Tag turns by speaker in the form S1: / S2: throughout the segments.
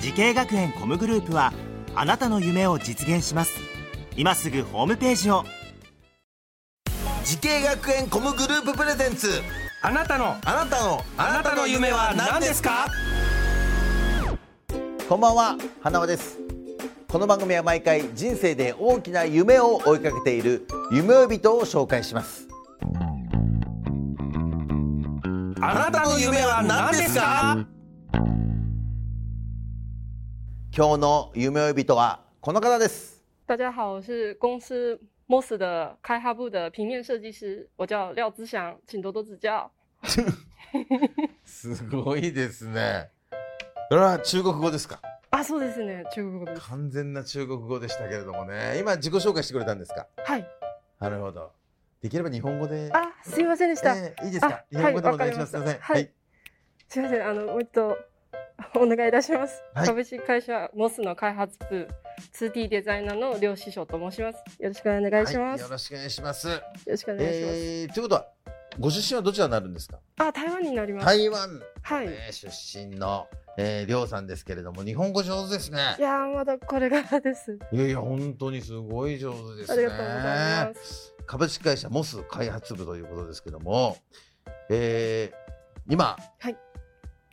S1: 時系学園コムグループはあなたの夢を実現します今すぐホームページを
S2: 時系学園コムグループプレゼンツ
S3: あなたの
S2: あなたの
S3: あなたの夢は何ですか
S2: こんばんは花輪ですこの番組は毎回人生で大きな夢を追いかけている夢追い人を紹介します
S3: あなたの夢は何ですか
S2: 今日の夢追い人はこの方です
S4: 大家好，我是公司 MOS 的开发部的平面设计师，我叫廖之祥，请多多指教。
S2: すごいですねそれは中国語ですか
S4: あ、そうですね、中国語です。
S2: 完全な中国語でしたけれどもね今自己紹介してくれたんですか
S4: はい。
S2: なるほどできれば日本語で
S4: あ、すいませんでした。
S2: えーいいですか
S4: あ
S2: 日本語でお願いします、
S4: はい
S2: すいません
S4: わかりますいません、あのもう一度お願いいたします。
S2: はい
S4: 株式会社 MOS の開発部 2D デザイナーの廖師匠と申します。よろしくお願いし
S2: は
S4: ま
S2: い、
S4: す。
S2: よ
S4: よ
S2: ろしくお願いします
S4: ろしくお願いします。
S2: えー、ということはご出身はどちらになるんですか
S4: あ、台湾になります。
S2: 台湾
S4: はい。
S2: えー出身の、えー、りょうさんですけれども日本語上手ですね
S4: いやーまだこれからです。
S2: いやいや本当にすごい上手で
S4: あ
S2: す
S4: り
S2: ね
S4: がとうございます。
S2: 株式会社モス開発部ということですけども、えー、今、
S4: はい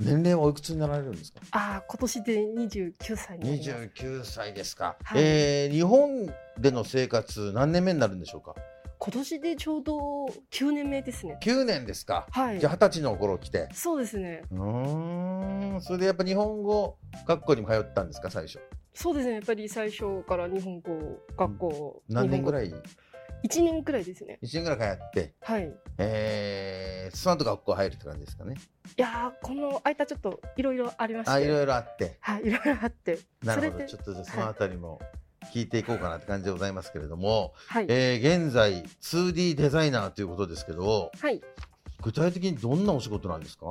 S2: 年齢はおいくつになられるんですか
S4: あー、今年で29歳になります。
S2: 29歳ですか、
S4: はい
S2: えー日本での生活何年目になるんでしょうか
S4: 今年でちょうど9年目ですね。
S2: 9年ですか、
S4: はい
S2: じゃあ二十歳の頃来て
S4: そうですね。
S2: うーんそれでやっぱ日本語学校にも通ったんですか最初
S4: そうですね。やっぱり最初から日本語学校。
S2: 何年ぐら
S4: い
S2: い
S4: ?1 年くらいですね。
S2: 一年ぐらい通って
S4: はい。い
S2: えー、その後学校入るって感じですかね。
S4: やーこの間ちょっといろいろありまして。
S2: あ、いろいろあって。
S4: はい、いろいろあって。
S2: なるほ
S4: そ
S2: ど。
S4: れで
S2: ちょっとじゃあそのあたりも聞いていこうかなって感じでございますけれども、
S4: はい。
S2: えー、現在 2D デザイナーということですけど、
S4: はい。
S2: 具体的にどんなお仕事なんですか？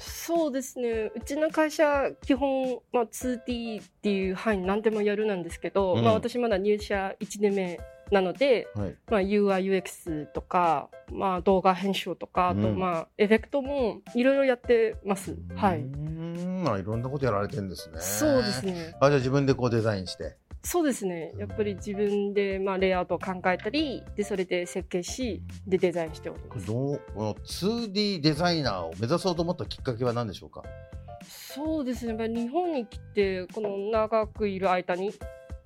S4: そうですね。うちの会社、基本、まあ、2D っていう範囲何でもやるなんですけど、
S2: うん
S4: まあ、私まだ入社1年目なので、
S2: はい。
S4: まあ、UI、UX とか、まあ、動画編集とか、あと、
S2: うん
S4: まあ、エフェクトもいろいろやってます。は
S2: う
S4: い。
S2: ーん。まあいろんなことやられてるんですね。
S4: そうです。ね。
S2: あ、じゃあ自分でこうデザインして。
S4: そうですね。やっぱり自分で、まあ、レイアウトを考えたり、で、それで設計し、で、デザインしており
S2: こ
S4: ま
S2: れどうこの 2D デザイナーを目指そうと思ったきっかけは何でしょうか？
S4: す。そうですね。やっぱり日本に来て、この長くいる間に、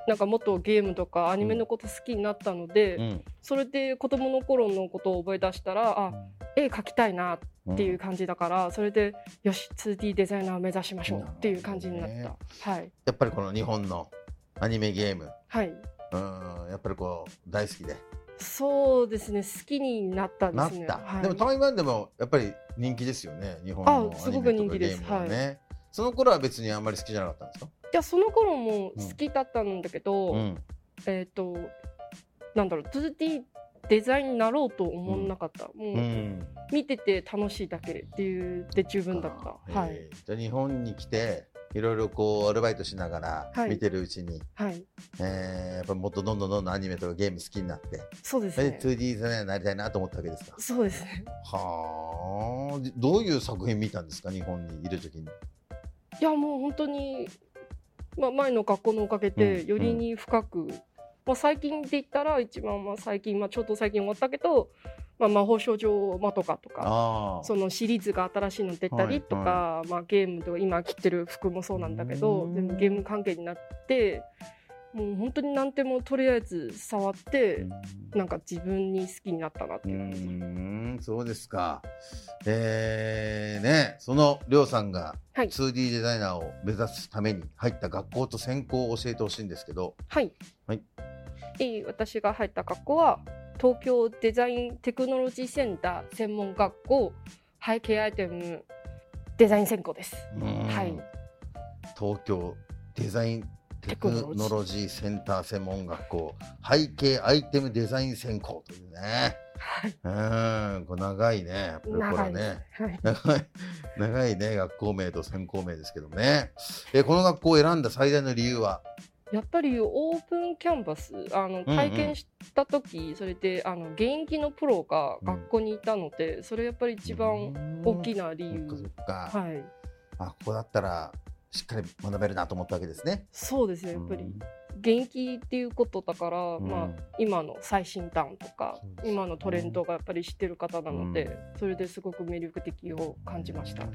S4: なんかもっとゲームとかアニメのこと好きになったので、
S2: ん。
S4: それで子供の頃のことを覚え出したら、あ、絵描きたいなっていう感じだから、それでよし 2D デザイナーを目指しましょうっていう感じになった、
S2: なるほ
S4: はい
S2: やっぱりこの日本のアニメゲーム、
S4: はい
S2: うん、やっぱりこう大好きで。
S4: そうですね好きになったんで
S2: なっ
S4: すね
S2: た、
S4: はい、
S2: でも台湾でもやっぱり人気ですよね日本の
S4: あ
S2: ア
S4: す
S2: ニ
S4: ご
S2: メ
S4: く
S2: と
S4: 人
S2: か
S4: 気
S2: ゲ
S4: です
S2: ームはねその頃は別にあんまり好きじゃなかったんですか、
S4: いやその頃も好きだったんだけど、
S2: ん、
S4: えっ、となんだろう 2D デザインになろうと思わなかった、もう、
S2: ん
S4: 見てて楽しいだけっていうで十分だったはい、
S2: えーじゃあ日本に来ていろいろこうアルバイトしなが
S4: は
S2: ら
S4: い
S2: 見てるうちに、
S4: はい
S2: えーやっぱもっとどんどんどんどんアニメとかゲーム好きになって
S4: そうです
S2: それで
S4: ね
S2: 2D デザイナーになりたいなと思ったわけですか
S4: そうですね
S2: はあでどういう作品見たんですか日本にいる時に
S4: いやもう本当に、まあ、前の学校のおかげで
S2: うん
S4: よりに深く、まあ、最近で言ったら一番まあ最近、まあ、ちょっと最近終わったけど「まあ、魔法少女マトカ」とか
S2: ああ
S4: そのシリーズが新しいの出たりとか、まあ、ゲームとか今着てる服もそうなんだけ
S2: う
S4: ど
S2: ん
S4: 全部ゲーム関係になってもう本当に何でもとりあえず触ってなんか自分に好きになったなって
S2: う
S4: いう感じ
S2: ーん、そうですか。えー、ね、そのりょうさんが
S4: はい
S2: 2D デザイナーを目指すために入った学校と専攻を教えてほしいんですけど、
S4: はい、
S2: はい
S4: で私が入った学校は東京デザインテクノロジーセンター専門学校背景アイテムデザイン専攻です
S2: うーん
S4: はい
S2: 東京デザインテクノロジーセンター専門学校背景アイテムデザイン専攻というね。うん、これ長いね。やっぱりこれは
S4: 長いです
S2: ね。
S4: はい
S2: 長い長いね学校名と専攻名ですけどもね、えーこの学校を選んだ最大の理由は、
S4: やっぱりオープンキャンバスあの体験した時、それであの現役のプロが学校にいたので、それやっぱり一番大き
S2: な
S4: な理
S2: そっか
S4: 由、
S2: そっか、
S4: はい
S2: あここだったらしっかり学べるなと思ったわけですね
S4: そうですねやっぱり
S2: うん
S4: 現役っていうことだから、
S2: うん
S4: まあ、今の最新端とか
S2: そうですね
S4: 今のトレンドがやっぱり知ってる方なので、それですごく魅力的を感じました、
S2: な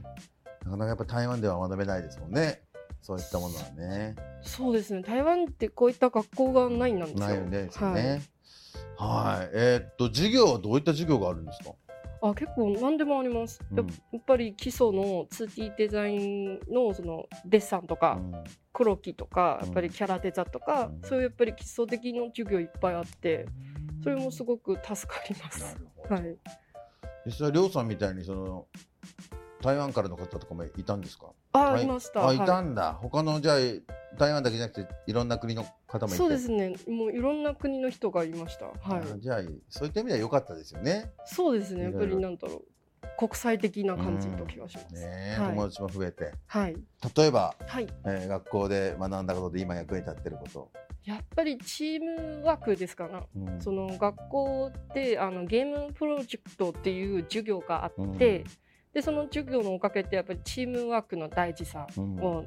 S2: かなかやっぱ台湾では学べないですもんねそういったものはね
S4: そうですね台湾ってこういった学校がないなんですよ
S2: ないよねですよねはい、えーっと授業はどういった授業があるんですか、
S4: はい、あ結構何でもあります、
S2: うん
S4: やっやっぱり基礎の 2D デザインのそのデッサンとか、
S2: うん
S4: 黒木とか
S2: うん
S4: やっぱりキャラデザとか、
S2: うん
S4: そういうやっぱり基礎的な授業いっぱいあってそれもすごく助かります
S2: な。るほど、
S4: はい、
S2: 実際りょうさんみたいにその台湾からの方とかもいたんですか
S4: あ、
S2: はい
S4: いました。
S2: あ、いた
S4: は
S2: んだ。他のじゃあ台湾だけじゃなくていろんな国の方もいて。
S4: そうですね。もういろんな国の人がいました。はい。
S2: あじゃあそういった意味では良かったですよね。
S4: そうですね。や
S2: い
S4: っ
S2: ろ
S4: ぱ
S2: いろ
S4: りなんだろう国際的な感じと気がします。
S2: ねえ、
S4: はい
S2: 友達も増えて。
S4: はい
S2: 例えば、
S4: はい。
S2: えー学校で学んだことで今役に立ってること。
S4: やっぱりチームワークですかな。
S2: うん
S4: その学校であのゲームプロジェクトっていう授業があって、
S2: うん
S4: でその授業のおかげでやっぱりチームワークの大事さ
S2: うん
S4: を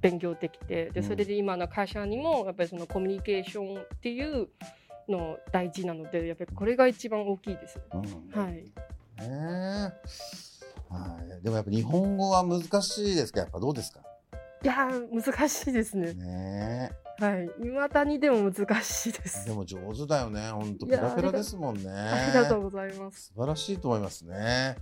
S4: 勉強できて、
S2: う
S4: で
S2: ん
S4: それで今の会社にもやっぱりそのコミュニケーションっていうの大事なのでやっぱりこれが一番大きいですね。
S2: うん
S4: はい。
S2: ねえはい。でもやっぱ日本語は難しいですか。やっぱどうですか。
S4: いやー難しいですね。
S2: ね
S4: はい、未だにでも難しいで
S2: え。
S4: す
S2: で。も上手だよね。本当
S4: い
S2: ペ
S4: や
S2: ラペラですもんね。
S4: ありがとうございます。
S2: 素晴らしいと思いますね。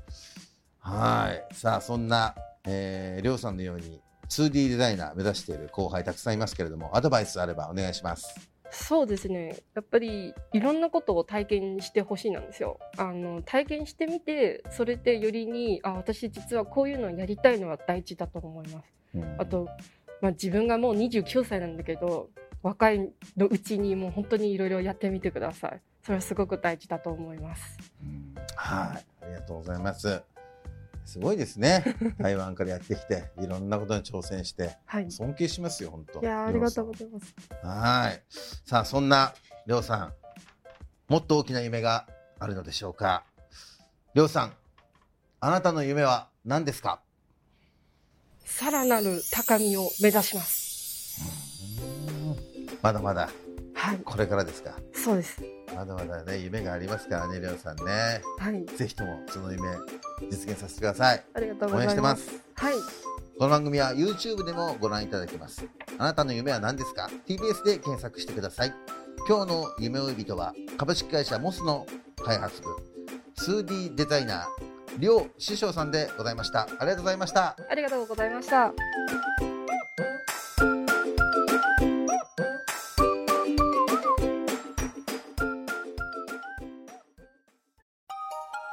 S2: はい。さあ、そんな、えー、りょうさんのように 2D デザイナー目指している後輩たくさんいますけれども、アドバイスあればお願いします。
S4: そうですね。やっぱりいろんなことを体験してほしいなんですよ。あの体験してみて、それでよりにあ私実はこういうのをやりたいのは大事だと思います。あと、まあ、自分がもう29歳なんだけど、若いのうちにもう本当にいろいろやってみてください。それはすごく大事だと思います。
S2: うん、はい。ありがとうございます。すごいですね。 台湾からやってきて、いろんなことに挑戦して、
S4: はい。い
S2: 尊敬しますよ、本当。
S4: やーありがとうござ
S2: い
S4: います。
S2: ます。はい。さあ、そんなりょうさん、もっと大きな夢があるのでしょうか。りょうさん、あなたの夢は何ですか
S4: さらなる高みを目指します。
S2: まだまだ
S4: はい。
S2: これからですか
S4: そうです。
S2: まだまだね夢がありますからねりょうさんね
S4: はい。
S2: ぜひともその夢実現させてください
S4: ありがとう
S2: 応
S4: ござい
S2: 援
S4: ま
S2: し
S4: す。
S2: てます
S4: はい。
S2: この番組は YouTube でもご覧いただけますあなたの夢は何ですか TBS で検索してください今日の夢追い人は株式会社モスの開発部 2D デザイナーりょう師匠さんでございましたありがとうございました
S4: ありがとうございました。